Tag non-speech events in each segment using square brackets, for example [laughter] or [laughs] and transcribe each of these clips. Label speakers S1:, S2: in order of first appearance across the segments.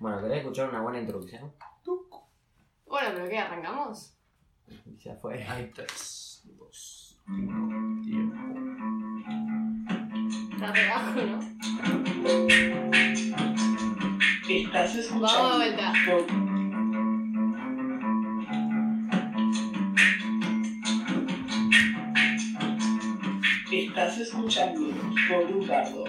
S1: Bueno, ¿querés escuchar una buena introducción?
S2: Bueno, pero ¿qué? ¿Arrancamos?
S1: Ya fue. [laughs]
S3: Hay tres, dos, uno, tiempo.
S2: Está rebajo,
S1: [laughs]
S2: ¿no?
S4: Estás
S2: Vamos
S4: escuchando
S2: de vuelta.
S4: Estás escuchando por un dardo.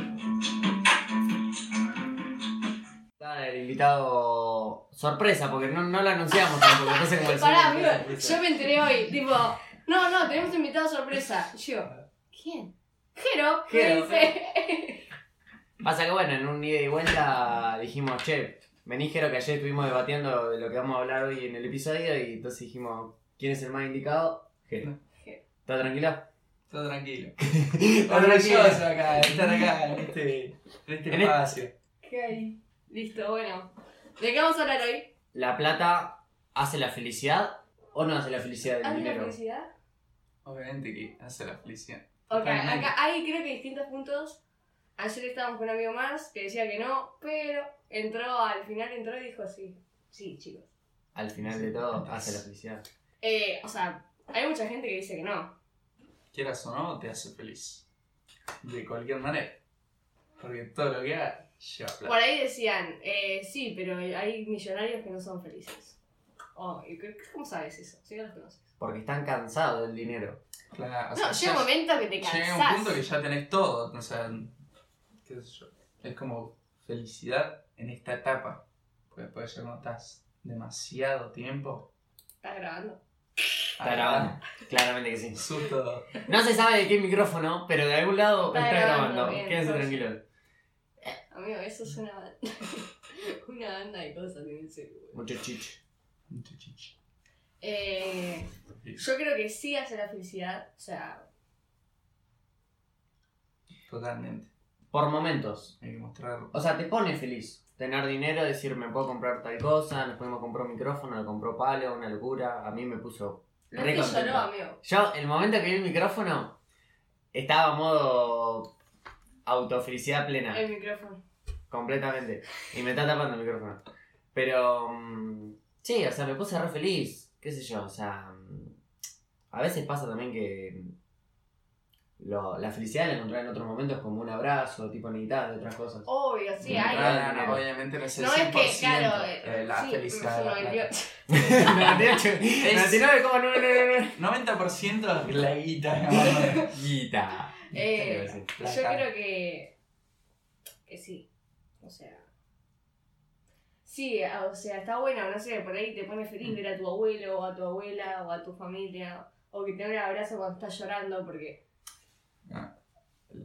S1: Está el invitado sorpresa, porque no, no lo anunciamos tampoco. Entonces, como decimos,
S2: Pará, amigo,
S1: sorpresa.
S2: yo me enteré hoy, tipo, no, no, tenemos invitado sorpresa. Y yo, ¿quién? Jero, me
S1: Jero.
S2: dice.
S1: Pasa que bueno, en un ida y vuelta dijimos, che, vení Jero, que ayer estuvimos debatiendo de lo que vamos a hablar hoy en el episodio y entonces dijimos, ¿quién es el más indicado? Jero.
S2: Jero.
S1: ¿Está tranquilo?
S3: Todo tranquilo.
S1: [laughs] ¿Está
S3: Orgulloso acá, de estar acá en este, en este
S1: En este-
S3: espacio.
S2: [laughs] ¿Qué hay? Listo, bueno. ¿De qué vamos a hablar hoy?
S1: ¿La plata hace la felicidad o no hace la felicidad del
S2: ¿Hace la
S1: dinero?
S2: felicidad?
S3: Obviamente que hace la felicidad.
S2: Ok,
S3: Totalmente.
S2: acá hay creo que distintos puntos. Ayer estábamos con un amigo más que decía que no, pero entró, al final entró y dijo sí. Sí, chicos.
S1: Al final de todo, hace la felicidad.
S2: Eh, o sea, hay mucha gente que dice que no.
S3: Quieras o no, te hace feliz. De cualquier manera. Porque todo lo que haga lleva
S2: Por
S3: plata.
S2: ahí decían, eh, sí, pero hay millonarios que no son felices. Oh, ¿y qué- ¿Cómo sabes eso? Si no los conoces.
S1: Porque están cansados del dinero.
S3: Claro, o sea,
S2: No, llega
S3: Ah, ya-
S2: un momento que te
S3: llega un punto que
S2: cansás.
S3: ya tenés todo. O sea, qué sé yo. Es como felicidad en esta etapa. Porque después ya no estás demasiado tiempo. ah,
S2: ¿Estás grabando?
S1: Está grabando. Claramente que sí.
S3: Susto.
S1: No se sabe de qué micrófono, pero de algún lado
S2: Está
S1: está,
S2: grabando,
S1: grabando.
S2: bien,
S1: Quédense
S2: está
S1: tranquilos.
S2: Amigo, eso es una banda. [laughs] una banda de cosas en el celular.
S1: Mucho chich.
S3: Muchachich.
S2: Eh, yo creo que sí hace la felicidad. O sea,
S3: Totalmente.
S1: Por momentos.
S3: Hay que mostrar
S1: O sea, te pone feliz. Tener dinero, decir, me puedo comprar tal cosa, nos podemos comprar un micrófono, lo compró Palo, una locura. A mí me puso
S2: no
S1: re
S2: es que lloró,
S1: contento.
S2: amigo.
S1: Yo, el momento que vi el micrófono, estaba modo autofelicidad plena,
S2: El micrófono.
S1: completamente. Y me está tapando el micrófono. Pero, mm, sí, o sea, me puse re feliz, qué sé yo, o sea, mm, a veces pasa también que mm, lo- la felicidad la encontrás en otros momentos como un abrazo, tipo necesitas de otras
S2: [laughs]
S1: cosas. [laughs]
S2: Obvio, sí,
S1: No,
S2: hay.
S1: no,
S3: Claro,
S1: dinero.
S3: obviamente Ah, no es el
S2: No es que,
S3: 100%
S2: claro,
S3: eh,
S2: eh,
S3: la
S2: sí,
S3: felicidad de la
S2: no,
S3: plata.
S2: yo-
S1: 98,
S3: Es-
S1: 99,999.
S3: 90% es la guita, Este, mi
S2: [laughs]
S3: amor.
S1: Guita.
S2: Eh,
S1: Sí, sí.
S2: Yo creo que. que sí. O sea. Sí, ah, o sea, está bueno, no sé, por ahí te pone feliz ver a tu abuelo o a tu abuela o a tu familia. O que te den un abrazo cuando estás llorando, porque.
S3: Ah.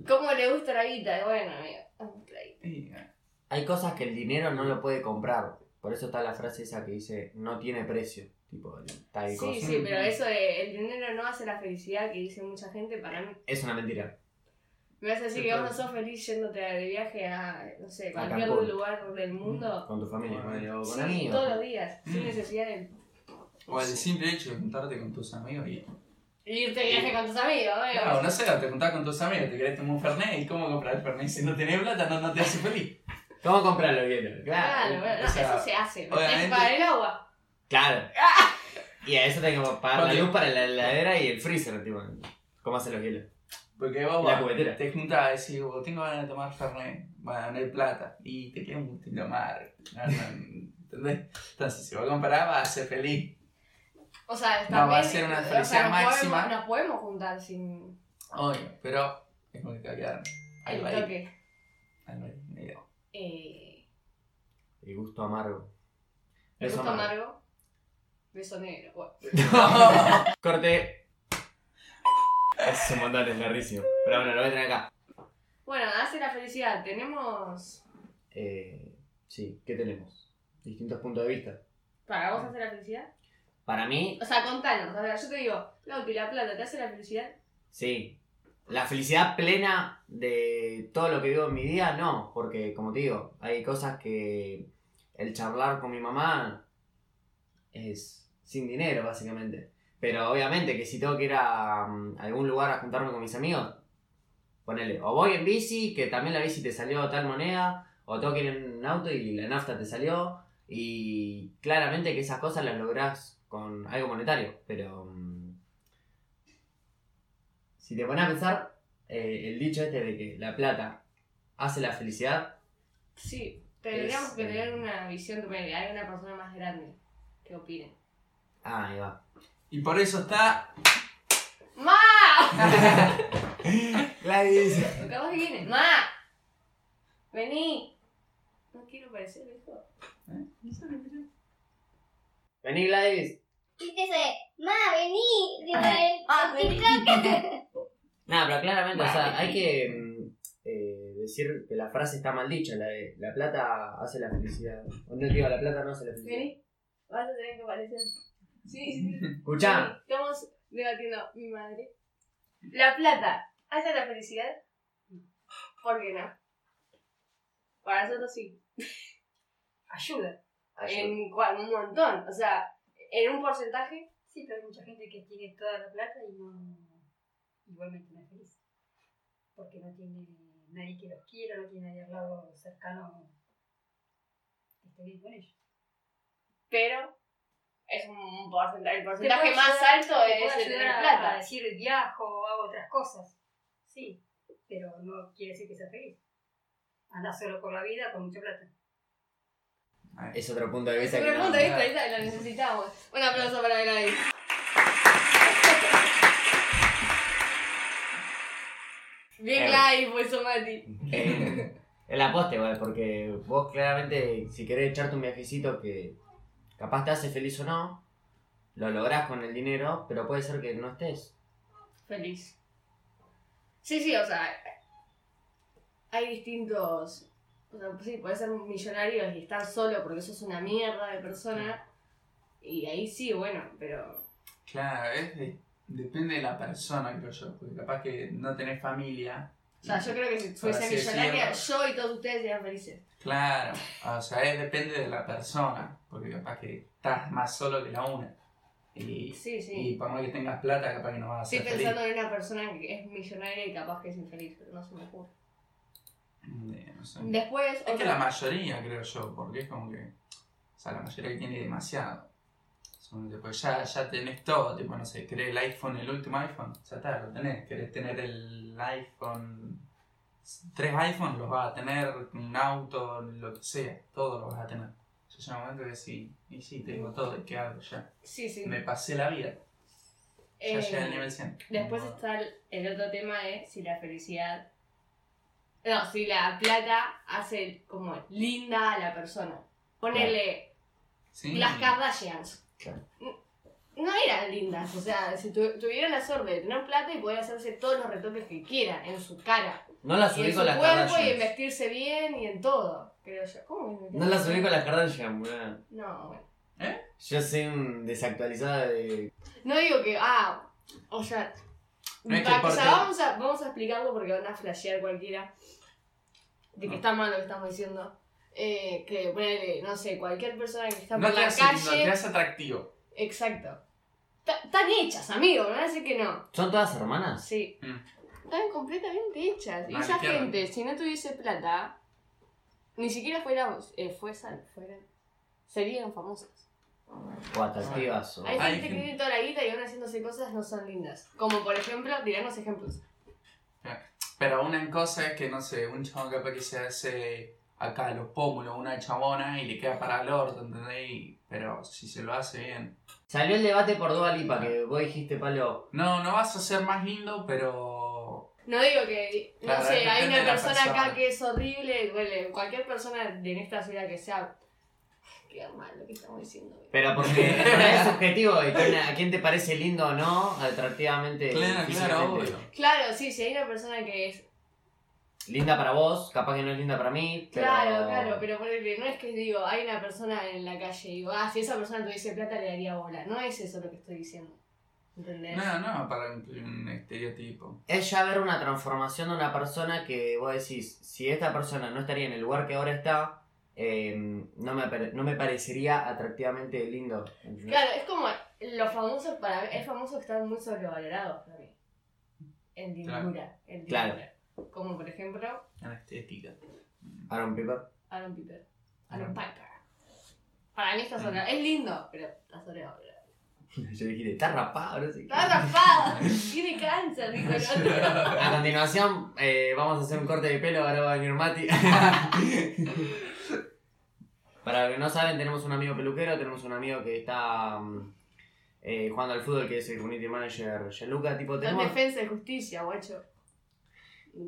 S2: ¿Cómo le gusta la guita? Y bueno, amigo. la guita.
S3: Y, eh,
S1: Hay cosas que el dinero no lo puede comprar. Por eso está la frase esa que dice, no tiene precio. Tipo, tal
S2: Sí,
S1: cosa.
S2: sí, pero eso de el dinero no hace la felicidad que dice mucha gente, para mí.
S1: Es una mentira.
S2: Me vas a decir que vos no
S3: Total.
S2: sos feliz yéndote de viaje a, no sé, cualquier
S1: Cancún.
S2: lugar del mundo.
S1: Con tu familia, con, el- o con
S2: Sí,
S1: amigos.
S2: todos los días, sin
S3: Mm.
S2: necesidad de
S3: O el simple hecho de juntarte con tus amigos y.
S2: Irte de viaje con tus amigos, amigo.
S3: Claro, no sé, te juntás con tus amigos, te querés tomar un Fernet y cómo comprar el Fernet si no tenés plata, no, no te hace feliz.
S1: ¿Cómo comprar los hielos?
S2: Claro,
S1: Claro.
S2: bueno,
S3: o sea,
S2: eso se hace. ¿no?
S3: obviamente-
S2: Es para el agua.
S1: Claro. Y a eso tengo que pagar la
S3: Porque-
S1: luz para la heladera y el freezer, tipo. ¿Cómo hacen los hielos?
S3: Porque vos
S1: La
S3: vas,
S1: cubetera.
S3: te juntás y decís, vos tengo ganas de tomar Fernet, bueno, no hay plata, y te queda un gustito amargo. No, no, ¿Entendés? Entonces, si vos comparás, vas a ser feliz.
S2: O sea, está
S3: No, va a ser una felicidad máxima.
S2: Podemos, nos podemos juntar sin
S3: Obvio, pero es como que te va a quedar. Ahí
S2: el
S3: va, ahí
S2: toque.
S3: ahí va, ahí va.
S2: Eh,
S1: El gusto amargo.
S2: el
S1: Beso
S2: gusto amargo, beso negro. Bueno,
S1: [laughs] Corte. Es un montón, es larguísimo. Pero bueno, lo voy a tener acá.
S2: Bueno, hace la felicidad. Tenemos.
S1: Eh, sí, ¿qué tenemos? Distintos puntos de vista.
S2: ¿Para vos hace la felicidad?
S1: Para mí,
S2: O sea, contanos. O sea, yo te digo, Lauti, la plata, ¿te hace la felicidad?
S1: Sí. La felicidad plena de todo lo que vivo en mi día, no, porque como te digo, hay cosas que el charlar con mi mamá es sin dinero, básicamente. Pero obviamente que si tengo que ir a, mm, algún lugar a juntarme con mis amigos, ponele, o voy en bici, que también la bici te salió tal moneda, O tengo que ir en un auto y la nafta te salió. Y claramente que esas cosas las lográs con algo monetario. Pero. mm, Si te pones a pensar, eh, el dicho este de que la plata hace la felicidad.
S2: Sí, tendríamos
S1: Es,
S2: que
S1: eh,
S2: tener una visión, como que hay una persona más grande que opine.
S1: Ah, ahí va.
S3: [laughs] Y por eso está.
S2: ¡Ma!
S1: Gladys.
S2: Capaz que viene. ¡Ma! Vení. No quiero parecer hijo.
S1: Vení, Gladys.
S5: Y te dice, ma, vení, digo, el-
S2: Ah,
S5: el
S2: vení.
S5: TikTok.
S1: Nada, pero claramente, o sea,
S2: Vale.
S1: hay que mm, eh, decir que la frase está mal dicha, la de la plata hace la felicidad. O no digo, la plata no hace la felicidad.
S2: Vení. Vas a tener que parecer. Sí, sí.
S6: [laughs]
S2: sí.
S1: Escuchá,
S2: Estamos debatiendo mi madre. La plata. ¿Hace la felicidad? ¿Por qué no? Para nosotros sí. Ayuda.
S1: Ayuda.
S2: En cual, un montón. O sea, en un porcentaje.
S6: Sí, pero hay mucha gente que tiene toda la plata y no. Igualmente no es feliz. Porque no tiene nadie que los quiera, no tiene nadie al lado cercano que esté bien con ellos.
S2: Pero es un porcentaje. El
S6: Te puede
S2: porcentaje más
S6: ayudar-
S2: alto
S6: te
S2: es
S6: puede
S2: el de
S6: ayudar
S2: la
S6: a-
S2: plata.
S6: A decir viajo o hago otras cosas. Sí, pero no quiere decir que sea feliz. Anda solo por la vida con mucha plata.
S1: [laughs] Es otro punto de vista que
S2: Pero
S1: no.
S2: punto de vista, ahí está, lo necesitamos. Un aplauso para Gladys. Bien
S1: Eh.
S2: Gladys, pues Mati.
S1: Eh, [laughs] el aposte, güey, porque vos claramente, si querés echarte un viajecito que capaz te hace feliz o no, lo lográs con el dinero, pero puede ser que no estés.
S2: Feliz. Sí, sí, o sea, hay distintos. O sea, sí, puedes ser millonario y estar solo porque sos una mierda de persona. Y ahí sí, bueno, pero.
S3: Claro, es de- depende de la persona, creo yo. Porque capaz que no tenés familia.
S2: O sea, yo creo que si fuese
S3: así
S2: millonaria,
S3: decirlo.
S2: yo y todos ustedes serían felices.
S3: Claro, o sea, es, depende de la persona. Porque capaz que estás más solo que la una. Y,
S2: Sí, sí.
S3: y por más que tengas plata, capaz que no vas a
S2: Estoy
S3: ser
S2: pensando
S3: feliz.
S2: en una persona que es millonaria y capaz que es infeliz, pero no se me ocurre.
S3: Eh, no sé.
S2: Después,
S3: Es que
S2: otra-
S3: la mayoría, creo yo, porque es como que. O sea, la mayoría que tiene demasiado. Son, tipo, ya, ya tenés todo, tipo, no sé, querés el iPhone, el último iPhone, ya está, lo tenés. Querés tener el iPhone. Tres iPhones los vas a tener, un auto, lo que sea, todo lo vas a tener. Yo llega un momento que sí, y sí, tengo todo, ¿y ¿qué hago ya?
S2: sí, sí.
S3: Me pasé la vida, ya
S2: Eh,
S3: llegué al nivel 100.
S2: Después
S3: No.
S2: está el, el otro tema de si la felicidad. No, si la plata hace como linda a la persona. Ponele
S3: Sí.
S2: las Kardashians.
S1: Claro.
S2: N- No eran lindas, o sea, si tu- tuvieran la suerte de tener plata y poder hacerse todos los retoques que quieran en su cara,
S1: No la
S2: y
S1: subí
S2: en su
S1: con las
S2: cuerpo y en
S1: Kardashian.
S2: vestirse bien y en todo, creo yo. ¿Cómo?
S1: No la subí con las Kardashian, weón.
S2: No, bueno.
S1: Yo soy un desactualizado de.
S2: No digo que, ah, o sea,
S3: No es que
S2: va- o sea,
S3: importe-
S2: vamos, a, vamos a explicarlo porque van a flashear cualquiera de que
S3: Ah.
S2: está mal lo que estamos diciendo. Eh, que, ponele, no sé, cualquier persona que está
S3: No
S2: por
S3: te
S2: la
S3: hace lindo,
S2: calle.
S3: te hace atractivo.
S2: Exacto. Ta- Están hechas, amigo, no van a decir que no.
S1: ¿Son todas hermanas?
S2: Sí. Están completamente hechas. Y
S3: Mal
S2: esa
S3: Mm. izquierda.
S2: gente, si no tuviese plata, ni siquiera fuera, eh, fuesen- fueran, serían famosas.
S1: ¿O atractivas? O...
S2: Hay
S3: Hay
S2: gente que
S3: gente-
S2: tiene toda la guita y aún haciéndose cosas no son lindas. Como por ejemplo, tirarnos ejemplos.
S3: Pero una cosa es que, no sé, un chabón capaz que se hace acá los pómulos a una chabona y le queda para el orto, ¿entendés? Y- Pero si se lo hace bien.
S1: Salió el debate por Dua Lipa, que vos dijiste, Palo.
S3: No, no vas a ser más lindo, pero.
S2: No digo que, no
S3: Claro,
S2: sé, hay
S3: depende
S2: una
S3: de la
S2: persona, acá
S3: persona.
S2: que es horrible, duele. Cualquier persona de en esta ciudad que sea. Qué mal lo que estamos diciendo.
S1: Pero
S3: [laughs]
S1: porque es subjetivo de quién, a quién te parece lindo o no, atractivamente.
S3: Claro, claro,
S1: físicamente.
S3: obvio.
S2: Claro, sí, si hay una persona que es.
S1: Linda para vos, capaz que no es linda para mí. Pero...
S2: Claro, claro, pero ponele, no es que digo, hay una persona en la calle y digo, ah, si esa persona tuviese plata le daría bola. No es eso lo que estoy diciendo. ¿Entendés?
S3: No, no, para cumplir un estereotipo.
S1: es ya ver una transformación de una persona que vos decís, si esta persona no estaría en el lugar que ahora está, eh, no, me, pare- no me parecería atractivamente lindo. ¿entendés?
S2: Claro, es como los famosos para mí, es famoso que están muy sobrevalorados para mí. En
S3: Claro.
S2: lindura, en
S1: Claro.
S2: lindura. Como por ejemplo,
S3: En estética.
S1: Aaron Piper.
S2: Aaron Piper. Aaron Piper. Para mí está sobrevalorado. Es lindo, pero
S1: [laughs]
S2: está sobrevalorado.
S1: [laughs] Yo dije, está rapado, no sé qué.
S2: Está rapado. Tiene cáncer, dijo el otro.
S1: A continuación, eh, vamos a hacer un corte de pelo, ahora va a venir Mati. [laughs] Para los que no saben, tenemos un amigo peluquero, tenemos un amigo que está mm, eh, jugando al fútbol, que es el community manager Gianluca, tipo
S2: Son
S1: tenemos...
S2: defensa y justicia, guacho.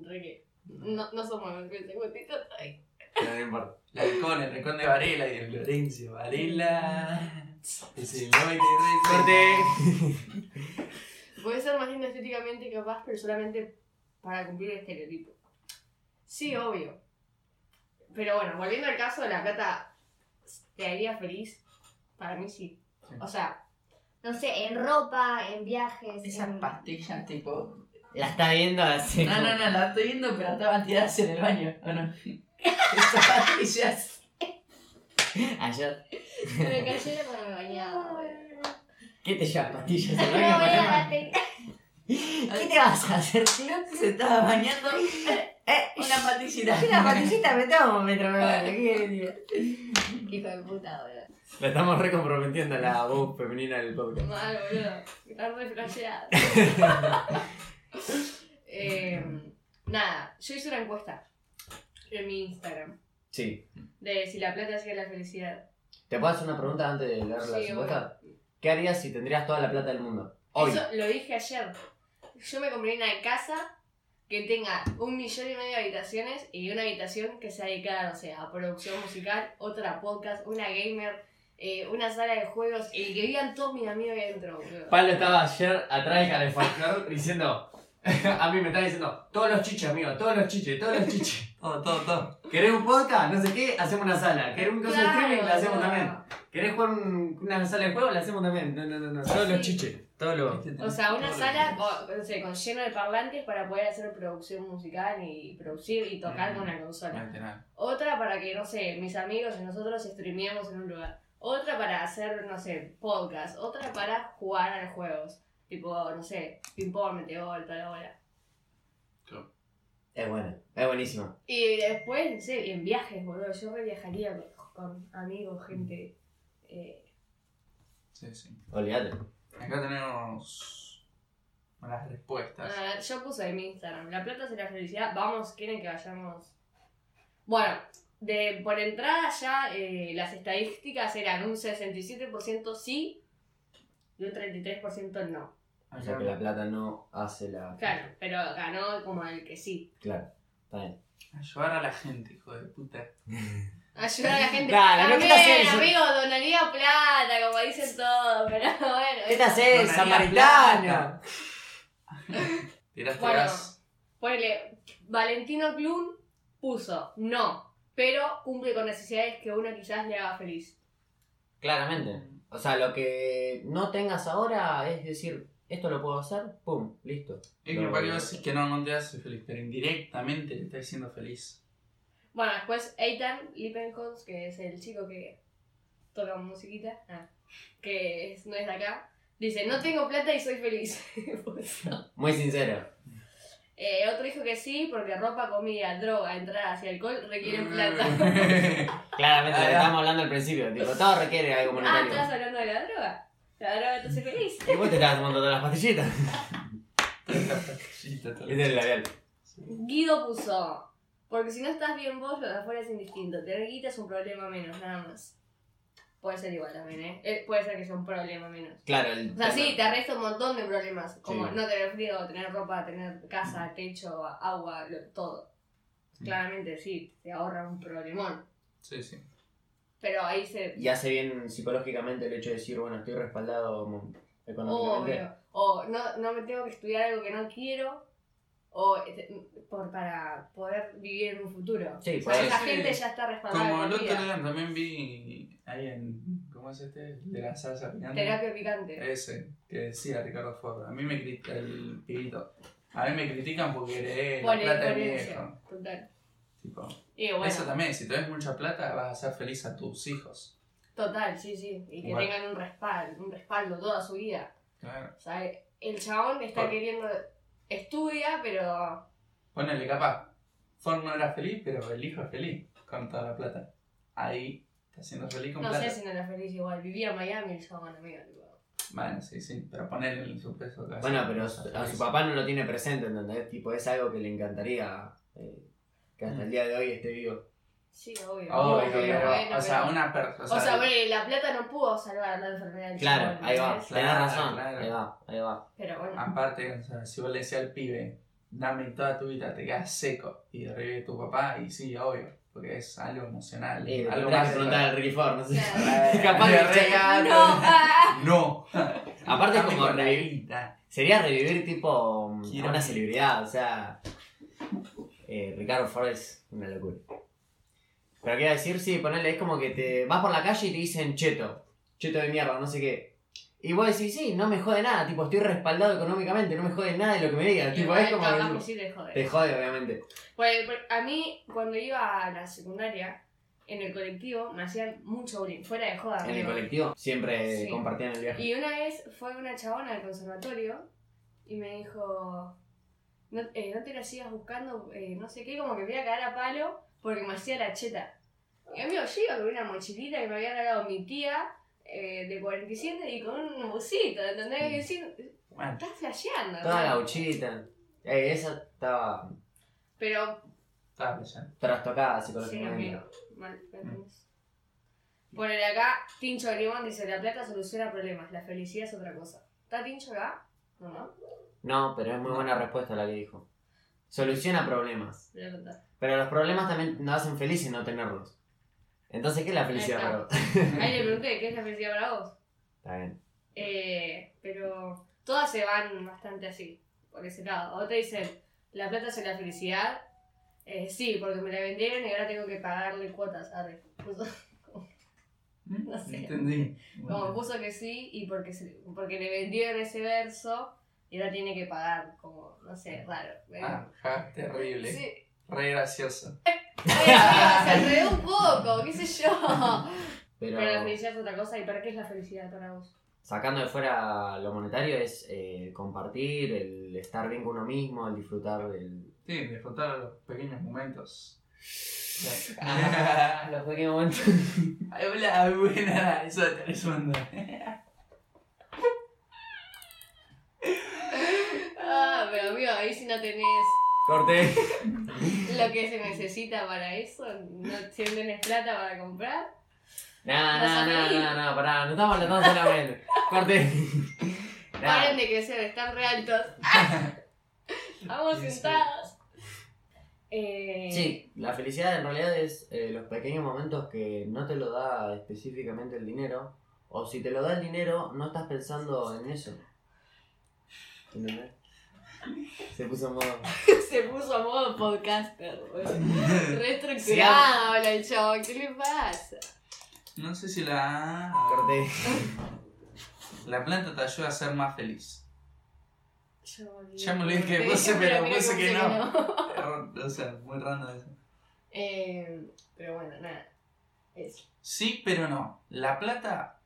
S2: Re que- No, no somos defensa y justicia. ay.
S1: Pero [laughs] no importa.
S3: La del Con, el Rincón de Varela y el Florencio Varela. Ese boy de
S2: Puede ser más lindo estéticamente capaz, pero solamente para cumplir el estereotipo. Sí, obvio. Pero bueno, volviendo al caso de la plata, ¿te haría feliz? Para mí sí. O sea,
S5: No sé, en ropa, en viajes. en-
S7: Esas pastillas, tipo.
S1: La está viendo así.
S7: No, no, no, la estoy viendo, pero estaban tiradas en el baño, ¿o no? Esas pastillas.
S1: Ayer.
S2: me cayera cuando me bañaba. boludo.
S1: ¿Qué te llevas [laughs] pastillas?
S5: No voy a la tele.
S1: ¿Qué te vas a [laughs] hacer, tío?
S7: Se estaba bañando. Eh, una pastillita.
S1: Una patillita me tomo, me
S2: Hijo de puta, boludo.
S1: La estamos recomprometiendo a la voz femenina del podcast.
S2: Mal, boludo. Estás re [laughs] flasheada. Eh, nada, yo hice una encuesta en mi Instagram
S1: Sí.
S2: de si la plata hacía la felicidad.
S1: ¿Te puedo hacer una pregunta antes de leer la
S2: Sí,
S1: respuesta? ¿Qué harías si tendrías toda la plata del mundo? Hoy.
S2: Eso lo dije ayer. Yo me compré una casa que tenga un millón y medio de habitaciones y una habitación que sea dedicada, no sé, a producción musical, otra a podcast, una gamer, eh, una sala de juegos y que vivan todos mis amigos ahí adentro. boludo.
S1: Pablo estaba ayer atrás del calefactor diciendo. [laughs] A mí me estaba diciendo, todos los chiches, amigo, todos los chiches, todos los chiches.
S3: Todo, todo, todo.
S1: ¿Querés un podcast? No sé qué, hacemos una sala. ¿Querés un coso de
S2: Claro,
S1: streaming? La hacemos
S2: boludo.
S1: también. ¿Querés jugar un- una sala de juego? La hacemos también. No, no, no, no. Todos los
S2: Sí.
S1: chiches. Todos los.
S2: O sea, una sala con, no sé, con lleno de parlantes para poder hacer producción musical y producir y tocar con una consola.
S3: Literal.
S2: Otra para que, no sé, mis amigos y nosotros streameemos en un lugar. Otra para hacer, no sé, podcast. Otra para jugar a los juegos. Tipo, no sé, ping-pong, meteor, toda la bola.
S1: Es bueno, es buenísimo.
S2: Y después, no sé, en viajes, boludo. Yo re viajaría con, con amigos, gente. eh,
S3: Sí, sí.
S1: Olvídate.
S3: Acá tenemos las respuestas.
S2: A ver, ah, yo puse en mi Instagram, la plata será felicidad, vamos, quieren que vayamos. Bueno, de, por entrada ya eh, las estadísticas eran un 67% sí y un 33% no.
S1: O sea
S3: Acá.
S1: que la plata no hace la.
S2: Claro, pero ganó como el que sí.
S1: Claro, está bien.
S3: Ayudar a la gente, hijo de puta.
S2: Ayudar a la gente.
S1: Dale, no
S2: También,
S1: te haces-
S2: amigo, donaría plata, como dicen todos, pero [laughs] bueno.
S1: ¿Qué te
S3: Donaría
S1: haces,
S3: plata.
S1: samaritano?
S3: [laughs] Tiraste
S2: Bueno.
S3: gas.
S2: Ponele, Valentino Plum puso no, pero cumple con necesidades que uno quizás le haga feliz.
S1: [laughs] Claramente. O sea, lo que no tengas ahora es decir, esto lo puedo hacer, pum, listo.
S3: Es que para qué vas a decir que no, no te hace feliz, pero indirectamente te estás siendo feliz.
S2: Bueno, después Eitan Lippenholz, que es el chico que toca musiquita, ah, que es- no es de acá, dice, no tengo plata y soy feliz. [laughs] Pues,
S1: Muy sincero.
S2: eh, otro dijo que sí, porque ropa, comida, droga, entradas y alcohol
S3: Ah,
S2: requieren plata.
S1: [laughs]
S3: [laughs] plata.
S1: Claramente,
S3: Ah,
S1: lo que
S3: ya.
S1: estábamos hablando al principio. Tipo, todo requiere algo
S2: ah,
S1: monetario.
S2: ¿estabas hablando de la droga? La droga te hace feliz.
S1: Y vos te estabas tomando todas las pastillitas. [laughs] Este es el labial.
S2: Guido puso, porque si no estás bien vos, lo de afuera es indistinto. Tener guita es un problema menos, nada más. Puede ser igual también, ¿eh? ¿eh? Puede ser que sea un problema menos.
S1: Claro, el.
S2: O sea, sí, te arresta un montón de problemas, como
S1: Sí.
S2: no tener frío, tener ropa, tener casa, techo, agua, lo- todo. Claramente sí, te ahorra un problemón.
S3: Sí, sí.
S2: Pero ahí se...
S1: Y hace bien psicológicamente el hecho de decir, bueno, estoy respaldado mo- económicamente.
S2: Obvio. O no, no me tengo que estudiar algo que no quiero, o este, por, para poder vivir en un futuro.
S1: Sí,
S2: O sea,
S1: por
S2: esa
S3: eso.
S2: gente ya está respaldada.
S3: Como
S2: con
S3: el otro
S2: vida.
S3: día también vi ahí en. ¿Cómo es este? De la salsa picante.
S2: Terapia
S3: Eh,
S2: picante.
S3: Ese, que decía Ricardo Ford. A mí me critica el pibito. A mí me critican porque heredé la
S2: Por
S3: plata de mi
S2: incoherencia.
S3: viejo.
S2: Total.
S3: Tipo,
S2: Y bueno,
S3: Eso también, si tenés mucha plata vas a hacer feliz a tus hijos.
S2: total, sí, sí. Y que
S3: Igual.
S2: tengan un respaldo, un respaldo toda su vida.
S3: Claro.
S2: O sea, el chabón está
S3: Claro.
S2: queriendo. Estudia, pero.
S3: Ponele capaz. Ford no era feliz, pero el hijo es feliz. con toda la plata. Ahí está siendo feliz con
S2: No
S3: plata.
S2: sé si no era feliz igual. Vivía en Miami el chabón, amigo. tipo.
S3: Bueno, sí, sí, pero ponerle en su peso. casi.
S1: Bueno, pero
S3: Está
S1: a su
S3: feliz.
S1: papá no lo tiene presente, ¿entendés? Tipo, es algo que le encantaría eh, que hasta el día de hoy esté vivo.
S2: Sí, obvio.
S3: Obvio,
S2: Obvio,
S3: pero,
S2: bueno,
S3: o sea,
S2: pero-
S3: una persona.
S2: O sea, bueno, la plata no pudo salvar la enfermedad del
S1: Claro,
S2: chabón,
S1: ahí va, Ah.
S2: ¿entendés?
S1: tenés razón.
S3: claro.
S1: Ahí va, ahí va.
S2: Pero bueno.
S3: Aparte, o sea, si vos le decías al pibe, dame toda tu vida, te quedas seco. Y revive tu papá, y sí, obvio, porque es algo emocional.
S1: Eh, le
S3: algo
S1: tendrás que preguntar
S3: más.
S1: al Ricky Ford, no sé.
S3: Eh,
S1: [laughs] Capaz que
S3: re-
S1: llega-
S2: No, ah,
S3: No.
S1: Aparte es
S3: Dame
S1: como
S3: con la
S1: revivir-
S3: guita.
S1: Sería revivir tipo mm,
S3: Quiero-
S1: a una celebridad, o sea. eh, Ricardo Ford es una locura. Pero qué iba a decir, sí, ponerle, es como que te vas por la calle y te dicen cheto, cheto de mierda, no sé qué. Y vos decís, sí, no me jode nada, tipo, estoy respaldado económicamente, no me jode nada de lo que me digan. [laughs] Tipo,
S2: igual
S1: es como
S2: capaz
S1: que
S2: que sí le jode.
S1: te jode, obviamente.
S2: Pues, pues, a mí, cuando iba a la secundaria, en el colectivo, me hacían mucho bullying, fuera de joda.
S1: En el
S2: amigo.
S1: colectivo siempre
S2: Sí.
S1: compartían el viaje.
S2: Y una vez fue una chabona al conservatorio y me dijo, no, eh, no te la sigas buscando, eh, no sé qué, como que me iba a cagar a palo porque me hacía la cheta. Y amigo, yo iba con una mochilita que me había regalado mi tía eh, de 47 y con un busito, ¿entendés? Y decir,
S3: Bueno,
S2: estás flasheando.
S1: Mm. Toda la
S2: ¿no?
S1: huchita. Eh, esa estaba
S2: Pero,
S3: estaba pensando.
S1: trastocada
S2: sí,
S1: psicológicamente.
S2: amigo, mal, ¿me entendés? Ponele acá, Tincho de Limón dice, la plata soluciona problemas, la felicidad es otra cosa. ¿Está Tincho acá? No, no,
S1: No, pero es muy buena respuesta la que dijo. Soluciona problemas.
S2: voy a contar.
S1: Pero los problemas también nos hacen felices no tenerlos. Entonces, ¿qué es la felicidad
S2: Ahí
S1: para
S2: está.
S1: vos?
S2: Ahí le pregunté qué es la felicidad para vos.
S1: [laughs] Está bien.
S2: Eh, pero todas se van bastante así, por ese lado. O te dicen, la plata es la felicidad. Eh, sí, porque me la vendieron y ahora tengo que pagarle cuotas. [laughs] Arre. Puso,
S1: Mm,
S3: No
S2: sé.
S3: Entendí.
S2: como puso que sí y porque, se- porque le vendieron ese verso y ahora tiene que pagar, como, no sé, raro. ¿eh?
S3: Ah, ja, terrible.
S2: Sí.
S3: Re gracioso.
S2: Ay, amigo, se enredó un poco, qué sé yo.
S1: Pero,
S2: Pero la felicidad es otra cosa. ¿Y para qué es la felicidad para vos?
S1: sacando de fuera lo monetario es eh, compartir, el estar bien con uno mismo, el disfrutar del...
S3: Sí, disfrutar los pequeños momentos. Sí.
S1: Ah, [laughs] los pequeños momentos.
S3: Ay, hola, buena, eso te respondo.
S2: Ah, pero amigo, ahí si no tenés
S1: Corte.
S2: [laughs] lo que se necesita para eso, no, si no tenés plata para comprar.
S1: Nah,
S2: Vas
S1: nah,
S2: a
S1: nah,
S2: reír.
S1: nah, nah, pará, no estamos hablando
S2: [laughs]
S1: solamente. Corte. Nah. [laughs]
S2: Paren de crecer, están re altos.
S3: [laughs]
S2: Vamos
S3: Sí, sí.
S2: sentados. Eh,
S1: Sí, la felicidad en realidad es eh, los pequeños momentos que no te lo da específicamente el dinero, o si te lo da el dinero, no estás pensando en eso. ¿Entendés? Se puso en modo.
S2: [laughs] Se puso a modo podcaster, boludo.
S1: Sí,
S2: Reestructurado
S1: am-
S2: habla el chabón, ¿qué le pasa?
S3: [laughs] No sé si la.
S1: Corte.
S3: La planta te ayuda a ser más feliz.
S2: [laughs] Yo
S3: Ya me olvidé que
S2: Te
S3: puse,
S2: dije,
S3: pero
S2: mira
S3: puse que no.
S2: no.
S3: Error, O sea, muy random eso.
S2: Eh, pero bueno, nada. Eso.
S3: Sí, pero no. La plata,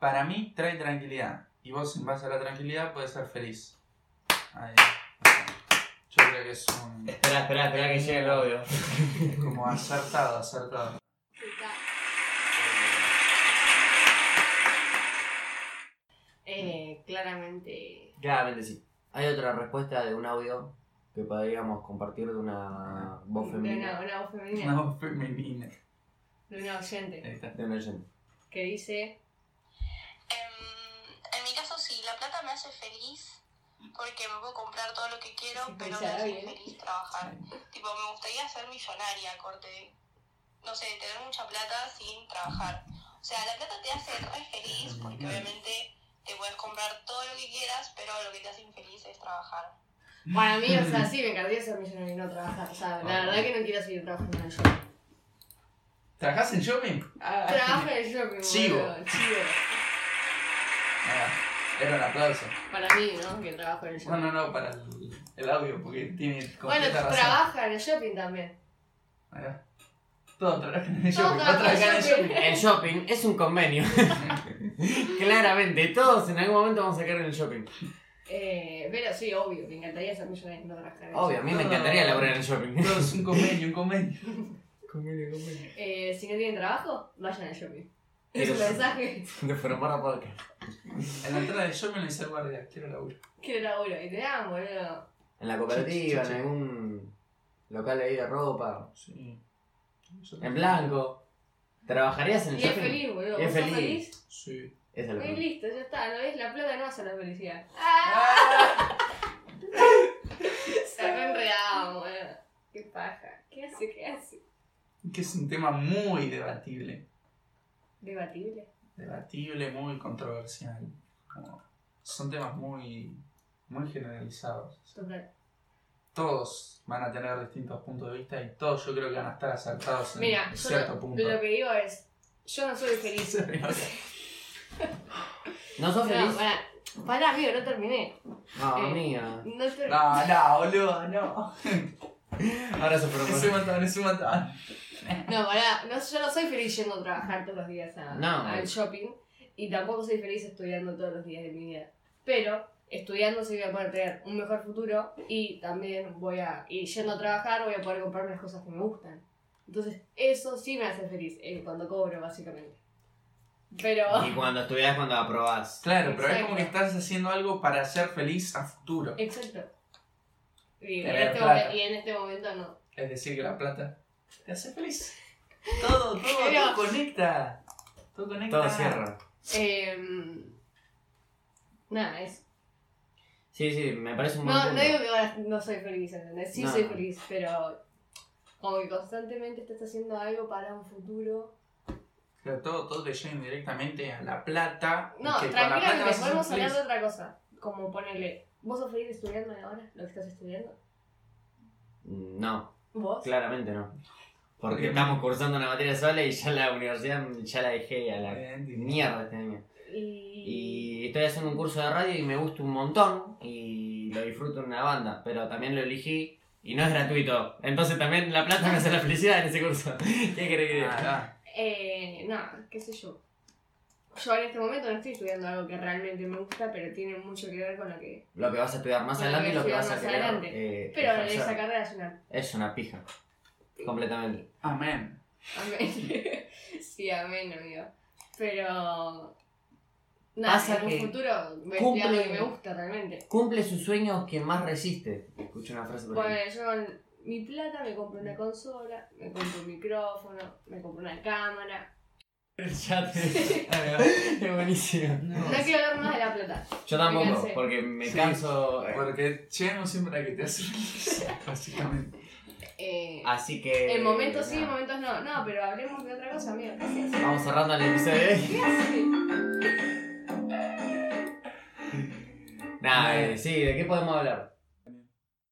S3: para mí, trae tranquilidad. Y vos, en base a la tranquilidad, puedes ser feliz. Ahí. Yo creo que es un.
S1: Espera, espera, espera que llegue el audio.
S3: es como acertado, acertado.
S2: Eh, claramente.
S1: Claramente sí. Hay otra respuesta de un audio que podríamos compartir de una voz
S2: De una,
S1: femenina.
S2: una voz femenina.
S3: No, femenina.
S2: De una oyente.
S3: Ahí está.
S1: De un oyente.
S2: Que dice.
S8: Em, en mi caso sí, la plata me hace feliz porque me puedo comprar todo lo que quiero,
S2: Sí,
S8: pero me
S2: pensaba
S8: hace
S2: bien.
S8: feliz trabajar. Tipo, me gustaría ser millonaria, corte. No sé, tener mucha plata sin trabajar. O sea, la plata te hace re feliz porque obviamente te puedes comprar todo lo que quieras, pero lo que te hace infeliz es trabajar.
S2: Para mí, o sea, sí, me encantaría ser millonario y no trabajar. O sea, la verdad que no quiero seguir trabajando en el shopping.
S3: ¿Trabajás en shopping? Ah,
S2: Trabajo en el shopping,
S3: Chivo.
S2: boludo, Chivo.
S3: Ah, Era un aplauso.
S2: Para mí, ¿no? Que trabajo en el
S3: No,
S2: shopping.
S3: no, no, para el, el audio, porque tiene
S2: bueno,
S3: completa razón.
S2: trabaja en el shopping también.
S3: Ahí va. Todo trabaja en el
S2: Todo
S3: shopping.
S2: trabaja en el shopping.
S1: El shopping es un
S2: [laughs]
S1: convenio. Claramente, todos en algún momento vamos a caer en el shopping.
S2: Eh, pero sí, obvio, me encantaría ser millonario y no trabajar en
S1: [laughs]
S2: el
S1: Obvio, a mí me encantaría laburar en el shopping.
S2: [laughs]
S3: Todo es un convenio, un convenio.
S1: Comile, comile.
S2: Eh, si no tienen trabajo, vayan al shopping. Es
S1: Pero-
S2: un mensaje.
S1: De formar a podcast.
S3: En la entrada de shopping le hice guardia, quiero laburo.
S2: Que era uno. Y te dan, boludo.
S1: En la cooperativa,
S3: Sí, sí, sí.
S1: en algún local ahí de ropa.
S3: Sí. Yo
S1: En
S3: también.
S1: blanco. ¿Trabajarías en el
S2: Y es
S1: shopping?
S2: feliz, boludo.
S1: Y es
S2: ¿Vos sos
S1: feliz.
S3: Sí.
S1: Esa es la
S2: Y
S1: pregunta.
S2: listo, ya está. ¿No ves? La plata no hace la
S1: [laughs]
S2: felicidad. Se me enredaba, boludo. Qué paja. ¿Qué hace? ¿Qué hace?
S3: Que es un tema muy debatible.
S2: Debatible.
S3: Debatible, muy controversial. Como- Son temas muy, muy generalizados.
S2: Total.
S3: Todos van a tener distintos puntos de vista y todos yo creo que van a estar acertados en
S2: Mira, yo
S3: cierto
S2: lo,
S3: punto.
S2: lo que digo es: yo no soy feliz.
S1: ¿No sos
S2: No, eh.
S1: feliz?
S2: pará. Pará, amigo, no terminé.
S1: No,
S2: Eh.
S1: amiga.
S2: No terminé.
S3: [laughs] No, no, boludo, no.
S1: Ahora sos
S3: Es un montón, es un montón.
S2: No, pará, no, yo no soy feliz yendo a trabajar todos los días a-
S1: No.
S2: al shopping y tampoco soy feliz estudiando todos los días de mi vida. Pero estudiando sí voy a poder tener un mejor futuro y también voy a, y yendo a trabajar voy a poder comprarme las cosas que me gustan. Entonces, eso sí me hace feliz eh, cuando cobro, básicamente. Pero,
S1: Y cuando estudias, cuando aprobás.
S3: Claro, pero es
S2: Exacto.
S3: como que estás haciendo algo para ser feliz a futuro.
S2: [laughs] exacto. Y en,
S3: Tener
S2: este
S3: plata.
S2: momen- y en este momento no.
S3: Es decir, que la plata te hace feliz. Todo, todo,
S2: Pero-
S3: todo conecta. Todo conecta.
S1: Todo cierra.
S2: Em, nada, eso.
S1: Sí, sí, me parece un buen
S2: No,
S1: punto.
S2: no digo que ahora no soy feliz, ¿entendés? Sí
S1: No.
S2: soy feliz, pero como que constantemente estás haciendo algo para un futuro.
S3: Pero todo, todo te lleva indirectamente a la plata. y
S2: No,
S3: que con la plata
S2: tranquilamente,
S3: vas a ser
S2: podemos hablar
S3: feliz.
S2: de otra cosa. Como ponerle, ¿vos sos feliz estudiando ahora lo que estás estudiando?
S1: No,
S2: ¿Vos?
S1: claramente no. Porque
S3: Bien.
S1: estamos cursando una materia sola y ya la universidad ya la dejé a la
S3: Bien,
S1: mierda este año.
S2: Y...
S1: Y estoy haciendo un curso de radio y me gusta un montón y lo disfruto en una banda, pero también lo elegí y no es gratuito. Entonces también la plata me hace la felicidad en ese curso. [laughs] ¿Qué querés que
S3: bien.
S1: diga?
S3: Ah,
S2: Eh, nada, qué sé yo. Yo en este momento no estoy estudiando algo que realmente me gusta, pero tiene mucho que ver con lo que...
S1: Lo que vas a estudiar más
S2: Lo que
S1: adelante y lo que
S2: estudiar
S1: vas a
S2: más
S1: querer.
S2: adelante.
S1: eh,
S2: Pero
S1: ejercer.
S2: esa carrera es una...
S1: Es una pija. Completamente.
S3: Amén.
S2: Amén. [laughs] sí, amén, amigo. Pero. Nada,
S1: Pasa
S2: en un
S1: que
S2: futuro voy a
S1: cumple-
S2: estudiar lo que me gusta realmente.
S1: Cumple sus sueños quien más resiste. Escucho una frase por ahí.
S2: Bueno, yo con mi plata me compro una consola, me compro un micrófono, me compro una cámara.
S1: Ya te- [laughs] Es buenísimo.
S7: No.
S2: No quiero hablar más de la plata.
S1: Yo
S2: Me
S1: tampoco,
S2: cansé.
S1: porque me
S3: Sí.
S1: canso.
S3: Porque llegamos siempre a que te hace feliz. [laughs] Básicamente.
S2: Eh,
S1: Así que.
S2: en momentos sí, en
S1: nada.
S2: momentos no. No, pero hablemos de otra cosa, amigo. ¿Qué haces?
S1: Vamos cerrando el episodio de hoy.
S2: ¿Qué haces?
S1: Nah, eh, sí, ¿de qué podemos hablar?